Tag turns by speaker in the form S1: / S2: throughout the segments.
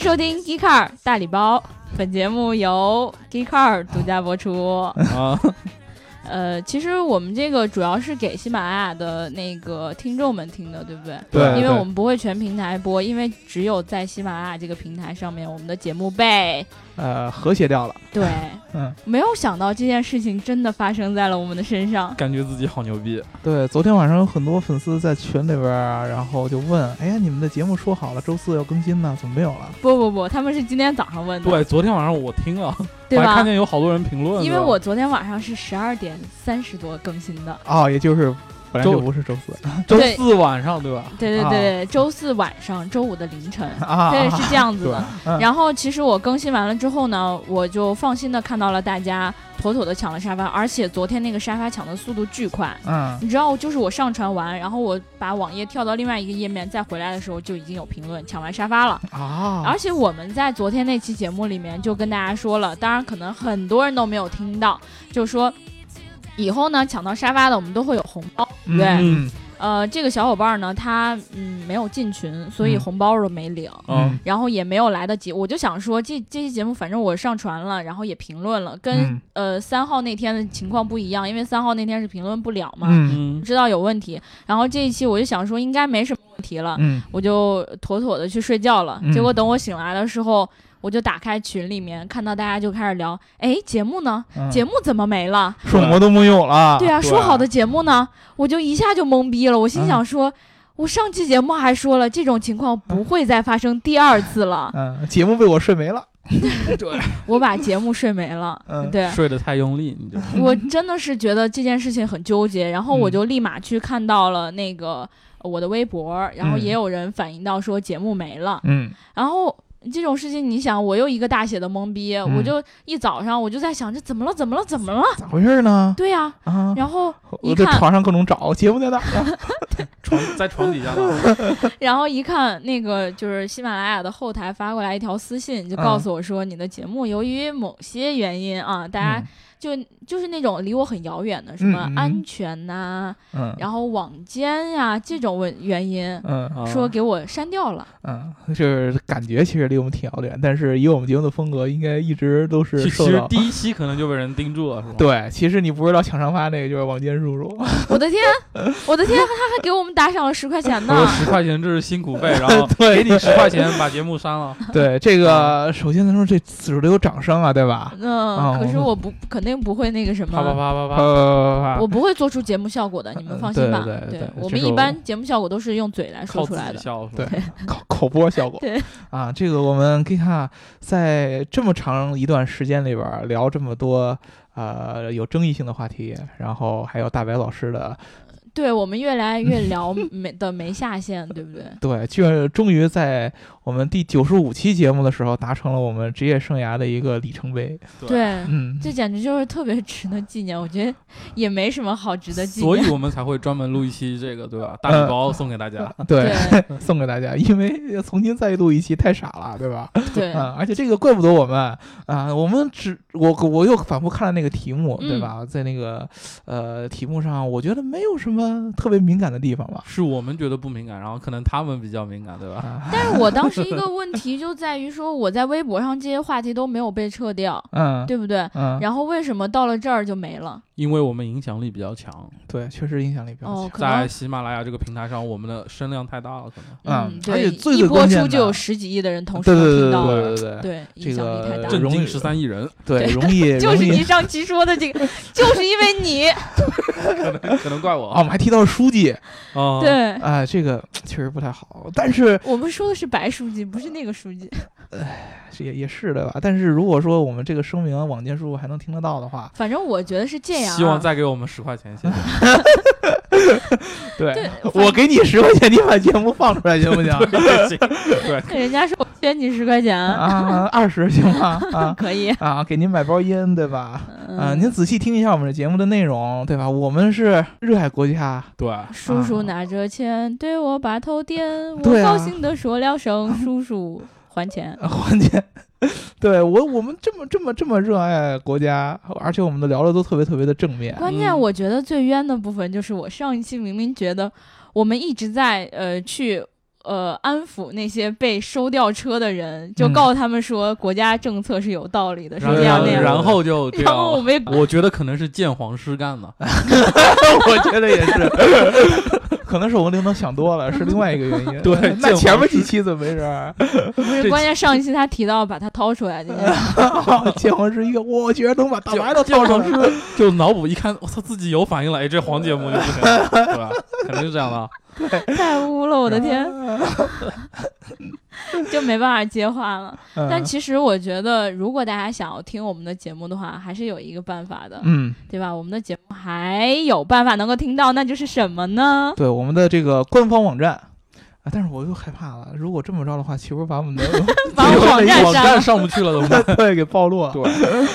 S1: 收听 g e e k a r 大礼包。本节目由 g e e k a r 独家播 出。
S2: 啊，
S1: 呃，其实我们这个主要是给喜马拉雅的那个听众们听的，对不对？
S2: 对
S1: 因为我们不会全平台播，因为只有在喜马拉雅这个平台上面，我们的节目被
S2: 呃和谐掉了，
S1: 对，
S2: 嗯，
S1: 没有想到这件事情真的发生在了我们的身上。
S3: 感觉自己好牛逼，
S2: 对，昨天晚上有很多粉丝在群里边儿，然后就问，哎呀，你们的节目说好了周四要更新呢，怎么没有了？
S1: 不不不，他们是今天早上问的，
S3: 对，昨天晚上我听啊，
S1: 对
S3: 我还
S1: 吧
S3: 看？见有好多人评论，
S1: 因为
S3: 对吧
S1: 我昨天晚上是十二点三十多更新的，
S2: 哦，也就是本来
S3: 周
S2: 就不是周四
S3: 周
S1: 对
S3: 四晚上对吧？
S1: 对对
S2: 啊
S1: 对对，周四晚上、周五的凌晨，
S2: 啊，
S1: 对，是这样子的。
S2: 嗯
S1: 然后其实我更新完了之后呢，我就放心的看到了大家妥妥的抢了沙发，而且昨天那个沙发抢的速度巨快。
S2: 嗯，
S1: 你知道，就是我上传完，然后我把网页跳到另外一个页面，再回来的时候就已经有评论抢完沙发了。
S2: 啊
S1: 而且我们在昨天那期节目里面就跟大家说了，当然可能很多人都没有听到，就说以后呢抢到沙发的我们都会有红包。
S2: 嗯
S1: 对
S2: 嗯
S1: 呃，这个小伙伴呢，他嗯没有进群，所以
S2: 嗯
S1: 红包都没领。
S2: 嗯
S1: 然后也没有来得及，我就想说这这期节目反正我上传了，然后也评论了，跟、
S2: 嗯
S1: 呃三号那天的情况不一样，因为三号那天是评论不了嘛，
S2: 嗯
S3: 嗯，
S1: 知道有问题。然后这一期我就想说应该没什么问题了，
S2: 嗯
S1: 我就妥妥的去睡觉了。
S2: 嗯
S1: 结果等我醒来的时候，我就打开群里面看到大家就开始聊，哎，节目呢？
S2: 嗯，啊
S1: 节目怎么没了？
S2: 说我都没有了，
S1: 对啊，
S3: 对
S1: 说好的节目呢，我就一下就懵逼了。我心
S2: 嗯
S1: 想说，我上期节目还说了，这种情况不会再发生第二次了。
S2: 嗯，节目被我睡没了，
S1: 我把节目睡没了，
S2: 嗯
S1: 对。
S3: 睡得太用力，你就
S1: 我真的是觉得这件事情很纠结，然后我
S2: 嗯
S1: 就立马去看到了那个呃我的微博，然后
S2: 嗯
S1: 也有人反映到说节目没了，
S2: 嗯
S1: 然后这种事情，你想我又一个大写的懵逼，
S2: 嗯
S1: 我就一早上我就在想这怎么了，怎么了，怎么了？
S2: 咋回事呢？
S1: 对呀、
S2: 啊，
S1: 然后一
S2: 我在
S1: 看，
S2: 床上各种找节目在哪儿啊？
S3: 床在床底下呢，
S1: 然后一看那个就是喜马拉雅的后台发过来一条私信，就
S2: 嗯
S1: 告诉我说你的节目由于某些原因啊，大家就就是那种离我很遥远的什么
S2: 嗯嗯
S1: 安全呐、
S2: 嗯嗯
S1: 然后网监呀、这种问原因，
S2: 嗯
S3: 啊
S1: 说给我删掉了。
S2: 嗯，就是感觉其实离我们挺遥远，但是以我们节目的风格，应该一直都是
S3: 其
S2: 受
S3: 其实
S2: 到。
S3: 第一期可能就被人盯住了，是吧？
S2: 对，其实你不知道抢沙发那个就是王坚叔叔，
S1: 我的天，我的天，他还给我们打赏了十块钱呢
S3: 我。说十块钱这是辛苦 费，然后
S2: 对
S3: 给你十块钱把节目删了，
S2: 对这个，首先咱说这此处得有掌声啊，对吧？
S1: 嗯，可是我不肯定不会那个什
S3: 啪
S1: 么，
S3: 啪啪啪啪，
S2: 啪啪啪
S1: 我
S2: 啪
S1: 不会做出节目效果的，你们放心吧。
S2: 对对对对
S1: 我
S2: 这
S1: 们
S2: 个
S1: 一般节目效果都是用嘴来
S3: 靠
S1: 说出
S3: 自
S1: 来
S3: 己
S1: 的。
S3: 笑是吧？
S2: 对口口播效果
S1: 对
S2: 啊，这个我们可以看，在这么长一段时间里边儿聊这么多呃有争议性的话题，然后还有大白老师的
S1: 对，我们越来越聊没的没下限，对不对？
S2: 对，居然终于在我们第九十五期节目的时候达成了我们职业生涯的一个里程碑。
S1: 对，
S2: 嗯，
S1: 这简直就是特别值得纪念。我觉得也没什么好值得纪
S3: 所
S1: 念。
S3: 以我们才会专门录一期这个，对吧？大礼包送给大
S1: 嗯
S3: 家，
S2: 对，
S1: 对
S2: 送给大家，因为重新再录一期太傻了，对吧？
S1: 对，
S2: 啊，而且这个怪不得我们啊、我们只我我又反复看了那个题目，
S1: 嗯
S2: 对吧？在那个呃题目上，我觉得没有什么特别敏感的地方吧。
S3: 是我们觉得不敏感，然后可能他们比较敏感，对吧？
S2: 啊，
S1: 但是我当时一个问题就在于说，我在微博上这些话题都没有被撤 掉，
S2: 嗯，
S1: 对不对？
S2: 嗯，
S1: 然后为什么到了这儿就没了？
S3: 因为我们影响力比较强，
S2: 对，确实影响力比较强。
S1: 哦，可
S3: 在
S1: 能
S3: 喜马拉雅这个平台上，我们的声量太大了，可能
S2: 嗯
S1: 嗯，
S2: 而且
S1: 对，
S2: 最
S1: 一
S2: 最
S1: 播
S2: 关键
S1: 出就
S2: 的
S1: 有十几亿的人同时
S2: 对对
S1: 都
S2: 对
S1: 听到了，
S2: 对对对对
S1: 对，
S2: 这
S1: 影响力太大
S2: 个这
S1: 了。
S3: 震
S2: 容易
S3: 惊十三亿人，
S2: 对，容易容
S1: 就是
S2: 易
S1: 你上期说的这 个，就是因为你，
S3: 可能可能怪我
S2: 啊，我们还提到了书记，
S3: 啊，
S1: 对
S2: 啊、这个确实不太好，但是
S1: 我们说的是白书记，不是那个书记。
S2: 也也是的吧。但是如果说我们这个声明啊网监叔还能听得到的话，
S1: 反正我觉得是这样、啊。
S3: 希望再给我们十 块钱，谢谢。
S2: 对
S1: 对
S2: 我给你十块钱，你把节目放出来行不行？
S3: 对，
S1: 人家说我捐你十块钱，
S2: 啊，二十行吗？啊
S1: 可以。
S2: 啊，给您买包烟对吧？
S1: 嗯，
S2: 啊，您仔细听一下我们这节目的内容对吧？我们是热爱国家，
S3: 对，
S1: 叔叔拿着钱对我把头点，我
S2: 啊 对啊
S1: 高兴的说了 声“叔叔还钱
S2: 呃环节。 对我，我们这么这么这么热爱国家，而且我们的聊的都特别特别的正”。面。
S1: 关键我觉得最冤的部分就是我上一期明明觉得我们一直在呃去。呃安抚那些被收掉车的人，就
S2: 嗯
S1: 告诉他们说国家政策是有道理的，是
S3: 然后
S1: 这样那
S2: 对
S1: 样。
S3: 然后就这
S1: 然后我
S3: 样。
S1: 没
S3: 我觉得可能是鉴黄师干 的，
S2: 我觉得也是，可能是我们灵能想多了，是另外一个 原因。
S3: 对
S2: 那
S3: 见我
S2: 前面
S3: 们
S2: 几期怎么回事 儿？
S3: 这
S1: 关键上一期他提到把它掏出来 这件事，
S2: 鉴黄师一个，我觉得能把大白都
S3: 鉴
S2: 套上
S3: 黄师就脑补一看，我操，自己有反应了，哎，这 黄节目就不行，对吧？肯定是这样的啊。
S1: 太污了，我的 天，就没办法接话了。
S2: 嗯
S1: 但其实我觉得，如果大家想要听我们的节目的话，还是有一个办法的，
S2: 嗯，
S1: 对吧？我们的节目还有办法能够听到，那就是什么呢？
S2: 对我们的这个官方网站啊，但是我又害怕了，如果这么着的话，岂不是把我们的
S1: 把我网站
S3: 网
S1: 删了
S3: 站。上不去了 怎么办？
S2: 对给暴露了？
S3: 对，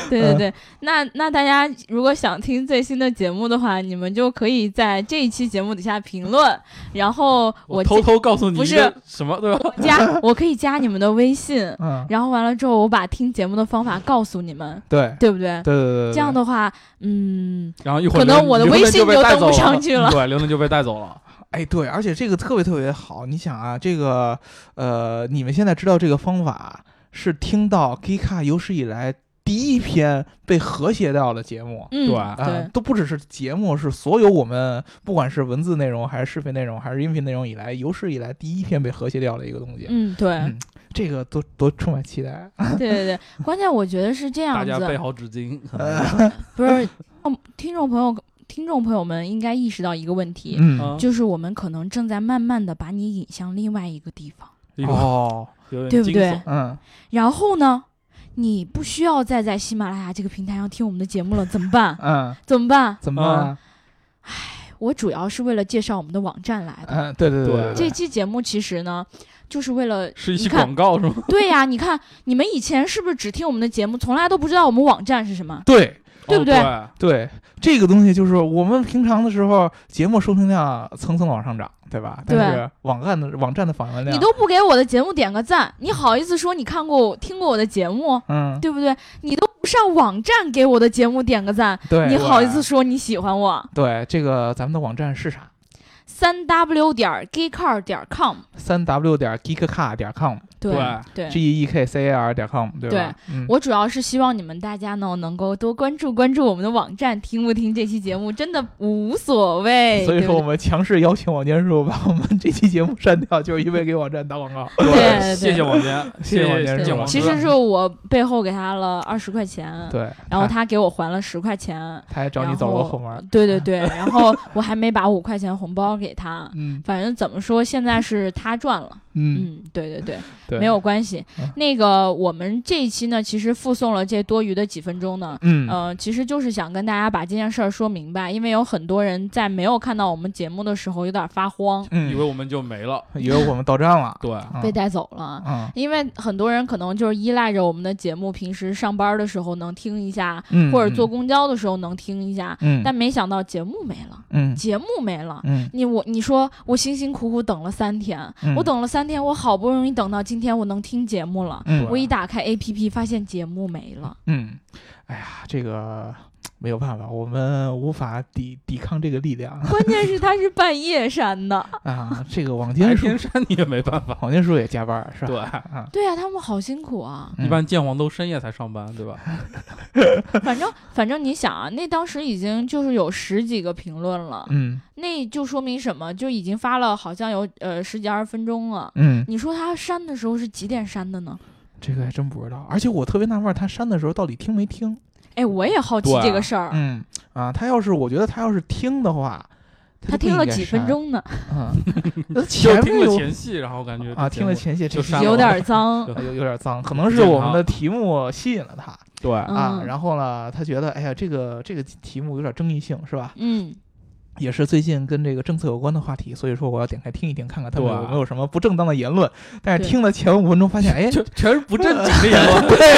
S1: 对对对，那那大家如果想听最新的节目的话，你们就可以在这一期节目底下评论，然后我
S3: 我偷偷告诉你
S1: 不
S3: 一
S1: 是
S3: 个什么，对吧？
S1: 我加，我可以加你们的微信，
S2: 嗯，
S1: 然后完了之后我把听节目的方法告诉你们，
S2: 对
S1: 对不对？
S2: 对对对对，
S1: 这样的话，嗯，
S3: 然后一会儿
S1: 可
S3: 刘
S1: 能我的
S3: 刘
S1: 微
S3: 能
S1: 信
S3: 被
S1: 就
S3: 带
S1: 登不
S3: 走
S1: 上去了
S3: 对，刘能就被带走了。
S2: 哎，对，而且这个特别特别好。你想啊，这个呃，你们现在知道这个方法是听到 Gika 有史以来第一篇被和谐到的节目。
S1: 嗯，
S3: 对
S1: 对，
S2: 啊、都不只是节目，是所有我们不管是文字内容，还是视频内容，还是音频内容以来，有史以来第一篇被和谐掉的一个东西。
S1: 嗯，对，
S2: 嗯这个都都充满期待。啊
S1: 对对对，关键我觉得是这
S3: 大
S1: 样
S3: 家备
S1: 子，
S3: 好纸巾，
S1: 不是，嗯听众朋友，听众朋友们应该意识到一个问题，
S2: 嗯，
S3: 啊
S1: 就是我们可能正在慢慢的把你引向另外一个地方，
S3: 一个
S2: 哦，
S3: 有
S1: 对
S3: 点
S1: 不
S3: 惊
S1: 对
S3: 悚。
S2: 嗯，
S1: 然后呢，你不需要再在喜马拉雅这个平台上听我们的节目了，怎么 办？
S2: 嗯，
S1: 怎么办？
S2: 怎么办
S1: 哦
S2: 啊？
S1: 我主要是为了介绍我们的网站来的。
S2: 嗯，对对
S3: 对
S2: 对，
S1: 这期节目其实呢，就是为了
S3: 是一
S1: 你
S3: 期
S1: 看
S3: 广告是吗？
S1: 对呀，你看你们以前是不是只听我们的节目，从来都不知道我们网站是什么？
S2: 对
S1: 对不
S3: 哦
S1: 对
S3: 对？
S2: 对，这个东西就是我们平常的时候，节目收听量蹭蹭往上涨，对吧？
S1: 对
S2: 但是网站的网站的访问量，
S1: 你都不给我的节目点个赞，你好意思说你看过我听过我的节目，
S2: 嗯，
S1: 对不对？你都不上网站给我的节目点个赞，
S2: 对，
S1: 你好意思说你喜欢我？
S2: 对这个咱们的网站是啥？
S1: 三 w 点 geekcar 点 com，
S2: 三 w 点 geekcar 点 com
S1: 对对。
S2: g e e k c a r 点 com 对吧？嗯，
S1: 我主要是希望你们大家呢能够多关注关注我们的网站，听不听这期节目真的无所谓。
S2: 所以
S1: 对
S2: 说
S1: 不
S2: 我们强势邀请网监叔把我们这期节目删掉，就是因为给网站打广告。
S1: 对对对
S3: 谢谢网监，
S2: 谢谢网监
S1: 对
S2: 是
S3: 鉴
S2: 吧
S3: 黄
S1: 其
S3: 师
S1: 实是我背后给他了二十块钱，
S2: 对，
S1: 嗯然后
S2: 他
S1: 他给我还了十块钱，
S2: 他还找你
S1: 然
S2: 走了
S1: 后
S2: 后门。
S1: 对对 对，然后我还没把五块钱红包给他，
S2: 嗯
S1: 反正怎么说，现在是他赚了。
S2: 嗯，
S1: 嗯，对对对，
S2: 对，
S1: 没有关系
S2: 嗯。
S1: 那个我们这一期呢，其实附送了这多余的几分钟呢。
S2: 嗯
S1: 呃，其实就是想跟大家把这件事儿说明白，因为有很多人在没有看到我们节目的时候有点发慌，
S3: 以
S2: 嗯，
S3: 为我们就没了。
S2: 以为我们到站了，
S3: 对，
S2: 嗯
S1: 被带走了。
S2: 嗯
S1: 因为很多人可能就是依赖着我们的节目，平时上班的时候能听一下，
S2: 嗯，
S1: 或者坐
S2: 嗯
S1: 公交的时候能听一下，
S2: 嗯，
S1: 但没想到节目没了，
S2: 嗯
S1: 节目没了。
S2: 嗯
S1: 你我你说我辛辛苦苦等了三天，
S2: 嗯
S1: 我等了三天，我好不容易等到今天，我能听节目了。
S2: 嗯
S1: 我一打开 APP，发现节目没了。
S2: 嗯，哎呀，这个没有办法，我们无法抵抵抗这个力量
S1: 关键是它是半夜删的。
S2: 啊。这个网
S3: 白
S2: 监
S3: 天
S2: 叔，
S3: 删你也没办法。
S2: 网监叔也加班儿是吧？
S3: 对，
S2: 啊，
S1: 对呀、他们好辛苦啊。
S2: 嗯
S3: 一般鉴黄都深夜才上班，对吧？
S1: 反正反正你想啊，那当时已经就是有十几个评论了，
S2: 嗯
S1: 那就说明什么？就已经发了好像有呃十几二十分钟了。
S2: 嗯，
S1: 你说他删的时候是几点删的呢？
S2: 这个还真不知道。而且我特别纳闷儿，他删的时候到底听没听？
S1: 哎，我也好奇
S3: 对啊
S1: 这个事儿。
S2: 嗯啊，他要是我觉得他要是听的话，
S1: 他
S2: 就不
S1: 听了
S2: 应该
S1: 几分
S2: 删，
S1: 钟呢，
S2: 嗯，那
S3: 就
S2: 前
S3: 听
S2: 面
S3: 了
S2: 有
S3: 前戏，然后感觉
S2: 啊，听了
S3: 前
S2: 前些
S3: 就
S2: 这期
S3: 删
S2: 节
S3: 了
S1: 有
S2: 目
S1: 点 儿脏。
S2: 啊
S3: 对
S2: 有有点脏，可能
S3: 不
S2: 是
S3: 健
S2: 我们
S3: 康
S2: 的题目吸引了他。
S3: 对，
S2: 啊，
S1: 嗯
S2: 然后呢，他觉得哎呀，这个这个题目有点争议性，是吧？
S1: 嗯，
S2: 也是最近跟这个政策有关的话题，所以说我要点开听一听，看看他们
S3: 对啊
S2: 有没有什么不正当的言论。但是
S1: 对
S2: 听了前五分钟，发现哎，
S3: 全全是不正经的言论。
S2: 对，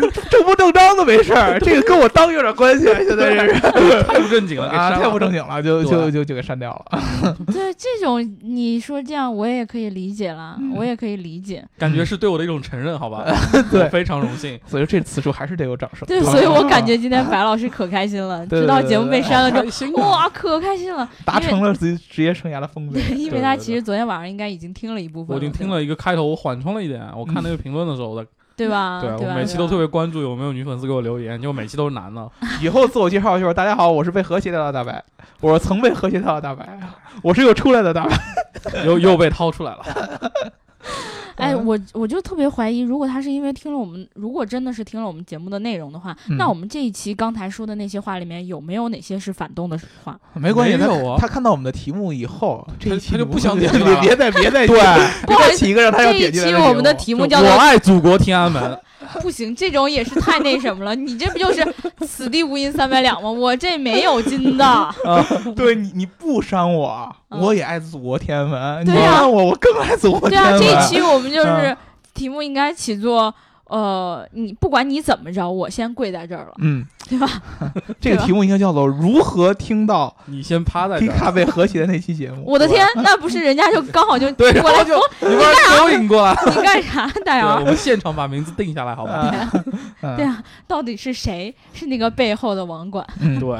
S2: 正正不正当的没事儿，这个跟我当有点关系啊，现在这是
S3: 太不正经了，给
S2: 啊，
S3: 删
S2: 太不
S3: 了。
S2: 正经了，就
S3: 对啊
S2: 就就就给删掉了。
S1: 对这种你说这样我也可以理解了，
S2: 嗯
S1: 我也可以理解。
S3: 感觉是对我的一种承认，好吧？
S2: 对
S3: 我非常荣幸。
S2: 所以这此处还是得有掌声。啊
S1: 对，
S2: 吧
S1: 所以我感觉今天白老师可开心了，
S2: 对对
S1: 知道节目被删了之后，
S3: 开心啊！
S1: 哇，可开心了，
S2: 达成了自己职业生涯的峰
S1: 因
S2: 值
S1: 为。。对，因为
S3: 对
S1: 他
S3: 对
S1: 其实昨天晚上应该已经听了一部分，
S3: 我已经听，了一个开头，我缓冲了一点。啊我看那个评论的时候，我在
S1: 对吧？
S3: 对
S1: 啊
S3: 啊
S1: 对吧
S3: 我每期都特别关注有没有女粉丝给我留言，就每期都是男的。
S2: 以后自我介绍就是：大家好，我是被和谐掉的大白，我曾被和谐掉的大白，我是又出来的大白。
S3: 又又被掏出来了。
S1: 哎，
S2: 嗯
S1: 我我就特别怀疑，如果他是因为听了我们，如果真的是听了我们节目的内容的话，
S2: 嗯
S1: 那我们这一期刚才说的那些话里面有没有哪些是反动的话？
S2: 没关系，
S3: 没
S2: 他
S3: 有啊
S2: 他看到我们的题目以后，这一期
S3: 他就
S2: 你
S3: 不想点进来
S2: 别
S3: 了
S2: 别再 别再
S3: 对
S2: 别再起一个让他要
S1: 这一
S2: 点进来
S1: 期
S2: 的哦
S1: 我们的
S2: 题
S1: 题
S3: 就
S1: 目叫
S3: 我
S1: 做
S3: 爱祖国天安门。
S1: “不行”，这种也是太那什么了。你这不就是“此地无银三百两”吗？我这没有金的。
S2: 目。对你你不伤我，
S1: 嗯
S2: 我也爱祖国天安门。你
S1: 对啊
S2: 伤我，我更爱祖国
S1: 对
S2: 天安
S1: 啊，
S2: 门。
S1: 这一期我们就是
S2: 嗯
S1: 题目应该起作“呃，你不管你怎么着，我先跪在这儿了
S2: 嗯，
S1: 对吧？
S2: 这个题目应该叫做“如何 听到
S3: 你先趴在
S2: 迪
S3: 这儿，
S2: 卡被和谐”那期节”。目。
S1: 我的天，那不是人家就刚好就
S3: 对
S1: 过来说
S3: 你把
S1: 啊
S3: 手引过来。
S1: 你干啥，大
S3: 对，
S1: 姚
S3: 我？们现场把名字定下来，好吧？
S2: 啊，嗯
S1: 对啊，到底是谁是那个背后的网管
S2: 嗯，？
S3: 对，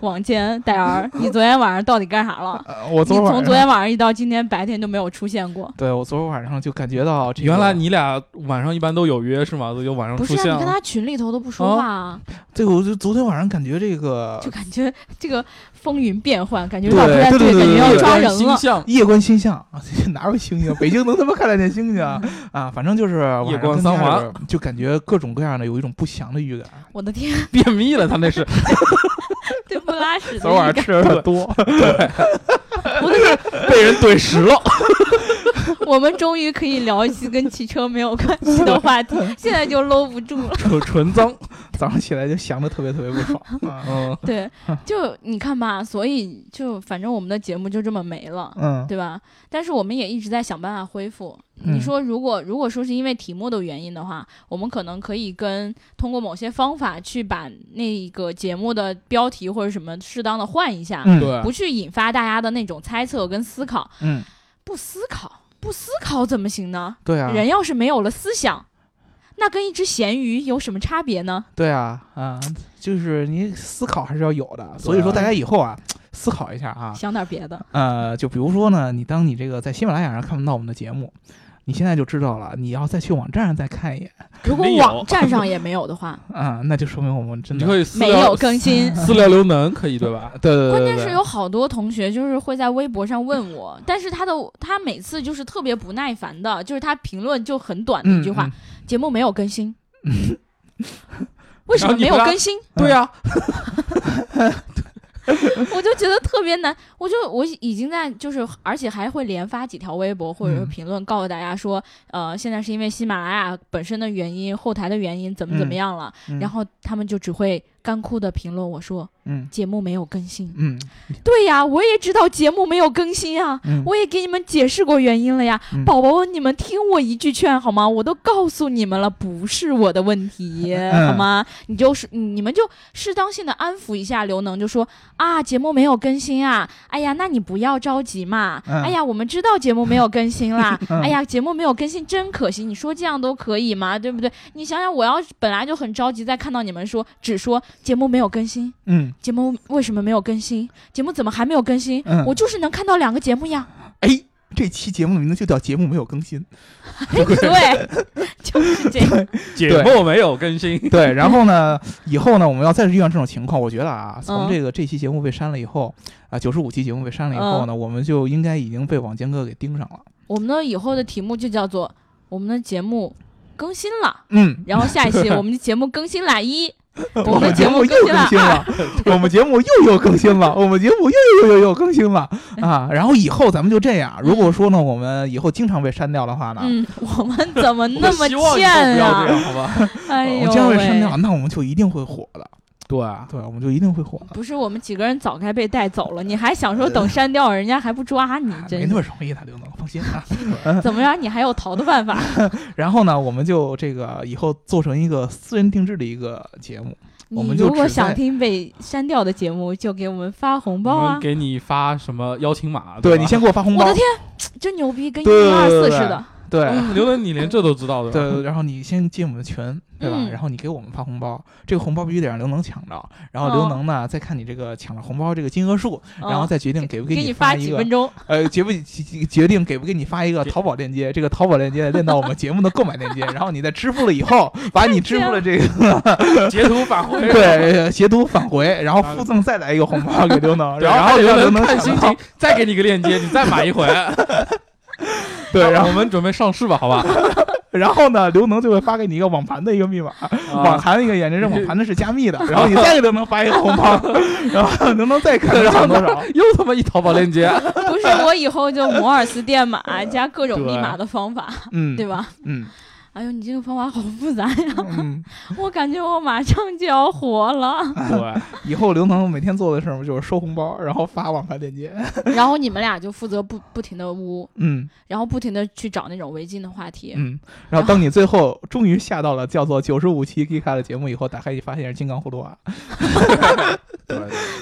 S1: 网监戴尔？你昨天晚上到底干啥了
S2: 呃我
S1: 你
S2: 昨晚
S1: 从昨天晚上一到今天白天就没有出现过。
S2: 对我昨晚上就感觉到这个，
S3: 原来你俩晚上一般都有约是吗？就晚上
S1: 不是
S3: 嗯出
S1: 啊，
S3: 现
S1: 你看
S3: 了。
S1: 他群里头都不说话啊，
S2: 对我就昨天晚上感觉这个
S1: 就感觉这个风云变幻，感觉
S2: 对
S1: 老不太
S2: 对对
S1: 感
S2: 对
S1: 觉
S2: 对
S1: 要
S2: 对
S1: 抓人
S3: 星
S1: 了。
S3: 象，
S2: 夜观星象 啊，哪有星星？北京能他妈看得见星星啊？啊反正就是晚上
S3: 夜观
S2: 跟
S3: 三
S2: 家
S3: 环
S2: 里边，就感觉各种各样的有一种不祥的预感。
S1: 我的天，
S3: 便秘了，他那 是。
S1: 对不拉 屎的
S2: 昨晚
S1: 预
S2: 上
S1: 感，
S2: 吃的有点多，
S1: 我的天，
S3: 被人怼实了。
S1: 我们终于可以聊一期跟汽车没有关系的话题， 现在就搂不住 了。
S3: 纯纯脏。
S2: 早上起来就想的特别特别不 爽。啊
S3: 嗯，
S1: 对，就你看吧，所以就反正我们的节目就这么没了。
S2: 嗯，
S1: 对吧？但是我们也一直在想办法恢复。你
S2: 嗯
S1: 说，如果如果说是因为题目的原因的话，我们可能可以跟通过某些方法去把那个节目的标题或者什么适当的换一下，
S2: 嗯，
S3: 对，
S1: 不去引发大家的那种猜测跟思考。
S2: 嗯，
S1: 不思考，不思考怎么行呢？
S2: 对啊，
S1: 人要是没有了思想，那跟一只咸鱼有什么差别呢？
S2: 对啊，啊，就是你思考还是要有的。所以说，
S3: 对啊
S2: 大家以后啊，思考一下啊，
S1: 想点别的，
S2: 呃，就比如说呢，你当你这个在喜马拉雅上看不到我们的节目，你现在就知道了，你要再去网站上再看一眼
S1: 如果
S3: 肯定有
S1: 网站上也没有的话，
S2: 啊、那就说明我们真
S3: 你
S2: 的
S3: 可以私
S1: 没
S3: 聊
S1: 有更 新。
S3: 私聊刘能可以 对吧？
S2: 对对对对
S1: 关键
S2: 对
S1: 是有好多同学就是会在微博上问我，但是他的他每次就是特别不耐烦的，就是他评论就很短的一句话：
S2: 嗯
S1: 节目没有更新。为什么
S3: 然后你
S1: 没有
S3: 不拉
S1: 更新？啊
S3: 对呀，
S1: 我就觉得特别难，我就我已经在就是，而且还会连发几条微博或者是
S2: 嗯
S1: 评论，告诉大家说，呃，现在是因为喜马拉雅本身的原因，后台的原因，怎么怎么
S2: 嗯
S1: 样了，
S2: 嗯
S1: 然后他们就只会干枯的评论我说
S2: 嗯
S1: 节目没有更 新。
S2: 嗯
S1: 对呀，我也知道节目没有更新啊，
S2: 嗯，
S1: 我也给你们解释过原因了呀，
S2: 嗯
S1: 宝宝，你们听我一句劝好吗？我都告诉你们了，不是我的问题，
S2: 嗯
S1: 好吗？你就是你们就适当性的安抚一下刘能，就说
S2: 嗯
S1: 啊，节目没有更新啊，哎呀，那你不要着急嘛，
S2: 嗯
S1: 哎呀，我们知道节目没有更新啦，
S2: 嗯
S1: 哎呀，节目没有更新真可惜，你说这样都可以吗？对不对？你想想，我要是本来就很着急，再看到你们说只说节目没有更新，
S2: 嗯，
S1: 节目为什么没有更新？节目怎么还没有更新？
S2: 嗯
S1: 我就是能看到两个节目呀。
S2: 哎，这期节目的名字就叫节目没有更新。
S1: 对，就是这样。
S3: 节目没有更新。
S2: 对，然后呢，以后呢，我们要再遇到这种情况，我觉得啊，从
S1: 嗯
S2: 这个这期节目被删了以后，啊，九十五期节目被删了以后呢，我们就应该已经被网监哥给盯上了。
S1: 我们的以后的题目就叫做我们的节目更新了，
S2: 嗯，
S1: 然后下一期我们的节目更新了一，
S2: 我
S1: 我们
S2: 们
S1: 的
S2: 节
S1: 节目
S2: 目
S1: 更
S2: 又
S1: 新了
S2: 更新了， 我们节目又又更新了，我们节目又又又又更新了啊！然后以后咱们就这样，如果说呢，我们以后经常被删掉的话呢，
S1: 嗯，我们怎 么那么
S3: 我希望以后
S1: 欠
S3: 不要这
S1: 啊？
S3: 样，好吧？
S1: 哎呦
S2: 呃我们经常被删
S1: 喂
S2: 掉，！那我们就一定会火的。
S3: 对，啊
S2: 对，我们就一定会火的。
S1: 不是我们几个人早该被带走了，你还想说等删掉，人家还不抓你，
S2: 哎没
S1: 真
S2: 那
S1: 是
S2: 么容易的，刘能，放心啊。
S1: 怎么样？你还有逃的办 法？
S2: 然后呢，我们就这个以后做成一个私人定制的一个节目，我
S1: 你
S2: 们就
S1: 如果
S2: 只在
S1: 想听被删掉的节目，就给我们发红包
S3: 我
S1: 啊
S3: 们！给你发什么邀请码？
S2: 对
S3: 吧
S2: 你先给我发红
S1: 我
S2: 包
S1: 的，天，真牛逼，跟一
S2: 对
S1: 零二
S2: 对
S1: 四似
S2: 对
S1: 的。
S2: 对，
S3: 嗯刘能，你连这都知道的，
S2: 对，然后你先进我们的群，对吧？
S1: 嗯
S2: 然后你给我们发红包，这个红包必须得让刘能抢着，然后
S1: 哦
S2: 刘能呢、再看你这个抢了红包这个金额数，然
S1: 嗯
S2: 后再决定给不
S1: 给
S2: 你
S1: 发
S2: 一
S1: 几
S2: 个
S1: 分钟，
S2: 呃，决不决决定给不给你发一个
S3: 给
S2: 淘宝链接，这个淘宝链接链到我们节目的购买链接，然后你在支付了以后，把你支付了这个
S3: 截图返回。
S2: 对截图返回，然后附赠再来一个红包给刘能，
S3: 对，
S2: 然
S3: 然
S2: 后
S3: 后
S2: 让刘
S3: 刘
S2: 能
S3: 能看心
S2: 抢到
S3: 情，再给你个链接，你再买一 回。啊
S2: 对，然
S3: 我
S2: 后
S3: 们准备上市吧，好吧？
S2: 然后呢，刘能就会发给你一个网盘的一个密码，网
S3: 啊
S2: 盘的一个验证，这网盘的是 加密的，然后你再给刘能发一个红包， 然后刘能再看他 抢多少。
S3: 又他妈一淘宝链 接，
S1: 不是我以后就摩尔斯电码加各种密码的方法，
S2: 嗯，
S1: 对吧？
S2: 嗯？
S1: 哎呦，你这个方法好复杂呀，
S2: 嗯，
S1: 我感觉我马上就要火 了。
S3: 对，
S2: 以后刘能每天做的事儿就是收红包，然后发网盘 链接。
S1: 然后你们俩就负责不不停的污，
S2: 嗯
S1: 然后不停的去找那种违禁的话题。
S2: 嗯，然后当你最后终于下到了叫做九十五期 Gika 的节目以后，打开一发现是金刚葫芦娃。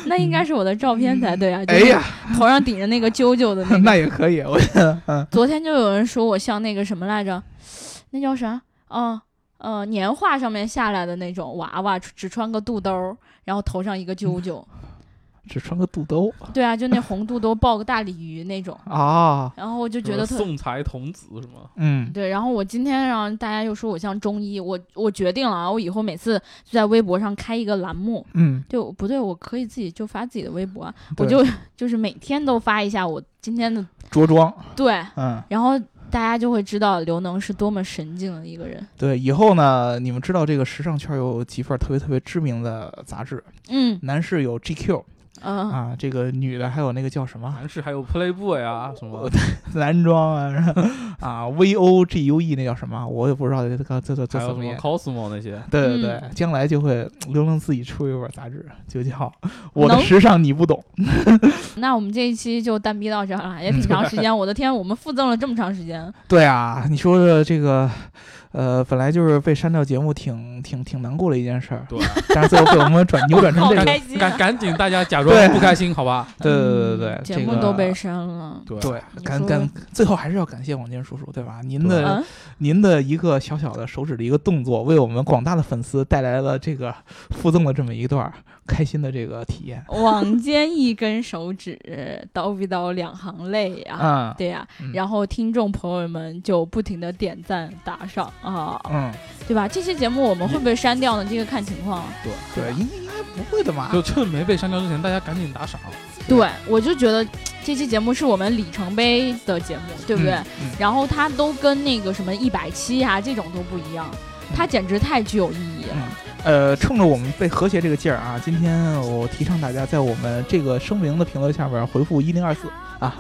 S1: 那应该是我的照片才对啊！就
S2: 哎
S1: 是
S2: 呀，
S1: 头上顶着那个揪揪 的那个。
S2: 那也可以，我
S1: 昨天就有人说我像那个什么来着，那叫啥？哦、呃，年画上面下来的那种娃娃，只穿个肚兜儿，然后头上一个揪揪。
S2: 只穿个肚兜
S1: 对啊，就那红肚兜抱个大鲤鱼那种。
S2: 啊。
S1: 然后我就觉
S3: 觉
S1: 得
S3: 得
S1: 特。
S3: 送财童子是吗？
S2: 嗯，
S1: 对，然后我今天让大家又说我像中医，我我决定了啊，我以后每次就在微博上开一个栏目，
S2: 嗯，
S1: 就不对，我可以自己就发自己的微博啊，我
S2: 对
S1: 就就是每天都发一下我今天的
S2: 着装，
S1: 对，
S2: 嗯，
S1: 然后大家就会知道刘能是多么神经的一个人。
S2: 对，以后呢，你们知道这个时尚圈有几份特别特别知名的杂志，
S1: 嗯
S2: 男士有 GQ
S1: 嗯、
S2: 啊，这个女的还有那个叫什么啊
S3: 男士还有 Playboy 啊什么？
S2: 男装啊， 然后啊 V O G U E 那叫什么，我也不知道这个这这
S3: 还
S2: 这
S3: 有
S2: 怎
S3: 什
S2: 么
S3: 么
S2: 念。
S3: Cosmo 那些？
S2: 对对对
S1: 嗯，
S2: 将来就会刘能自己出一本杂志，就叫《我的
S1: 能
S2: 时尚你不懂》。
S1: 那我们这一期就单逼到这儿了， 也挺长时间。我的天，我们附赠了这么长时间，
S2: 对啊，你说说这个，呃，本来就是被删掉节目挺挺挺难过的一件事儿，
S3: 对，
S2: 但是最后被我们转 扭转成
S1: 好
S2: 这个。
S1: 开
S2: 对
S1: 心啊
S3: 赶！赶紧大家假装
S2: 对
S3: 不开心，好吧？
S2: 对对对
S1: 嗯
S2: 对，
S1: 节
S2: 这
S1: 目
S2: 个
S1: 都被删了。
S3: 对
S2: 对，
S1: 你
S2: 感
S1: 说
S2: 感最后还是要感谢王坚叔叔，对吧？您
S3: 对
S2: 的
S1: 嗯，
S2: 您的一个小小的手指的一个动作，为我们广大的粉丝带来了这个附赠了这么一段儿开心的这个体验
S1: 网间一根手指，刀逼刀两行泪呀、
S2: 啊。
S1: 对呀、
S2: 嗯
S1: 然后听众朋友们就不停的点赞打赏啊，
S2: 嗯，
S1: 对吧？这期节目我们会不会删掉呢？这个看情况。
S2: 对，应应该不会的嘛。嗯
S3: 就趁没被删掉之前，大家赶紧打赏。
S1: 对，我就觉得这期节目是我们里程碑的节目，对不对？
S2: 嗯？嗯
S1: 然后它都跟那个什么一百期啊这种都不一样，它简直太具有意义了。
S2: 呃，冲着我们被和谐这个劲儿啊，今天我提倡大家在我们这个声明的评论下面回复一零二四啊，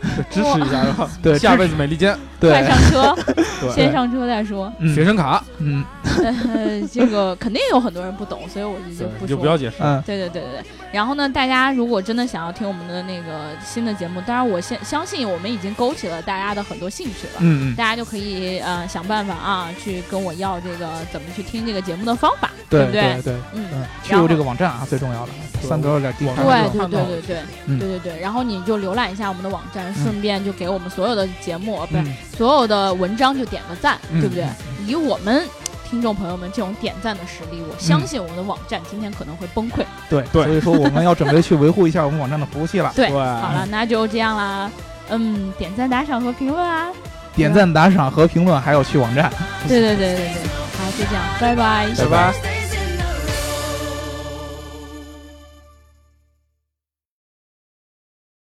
S3: 对支持一下是吧？
S2: 对，
S3: 下
S2: 支
S3: 辈子美利坚，
S1: 快
S2: 对
S1: 上车，
S3: 对
S1: 先上车再说。
S2: 嗯
S3: 学生卡，
S2: 嗯
S1: 呃，这个肯定有很多人不懂，所以我就
S3: 对
S1: 就，
S3: 你
S1: 不
S3: 就
S1: 说
S3: 不要解释。
S2: 嗯
S1: 对对对对对，然后呢，大家如果真的想要听我们的那个新的节目，当然我相相信我们已经勾起了大家的很多兴趣了，
S2: 嗯嗯，
S1: 大家就可以呃想办法啊，去跟我要这个怎么去听这个节目的方法，不
S2: 对
S1: 对？
S2: 对，
S1: 嗯，
S2: 嗯，去入这个网站啊，最重要的
S3: 对
S2: 三格点 D
S3: 我
S1: 对
S3: 网
S2: 卡
S3: 站
S1: 对
S3: 看到
S1: 对对对
S2: 嗯
S1: 对对对，然后你就浏览一下我们的网站，
S2: 嗯
S1: 顺便就给我们所有的节目，不是
S2: 嗯
S1: 所有的文章就点个赞，
S2: 嗯
S1: 对不对
S2: 嗯？
S1: 以我们听众朋友们这种点赞的实力，我
S2: 嗯
S1: 相信我们的网站今天可能会崩溃。
S2: 对
S3: 对
S2: 所以说我们要准备去维护一下我们网站的服务器了，
S1: 对，
S3: 对
S1: 好了，那就这样啦。嗯，点赞、打赏和评论啊！
S2: 点赞、打赏和评论，还有去网站。
S1: 对对对对对，好，就这样，拜拜。
S2: 拜拜。
S4: Stay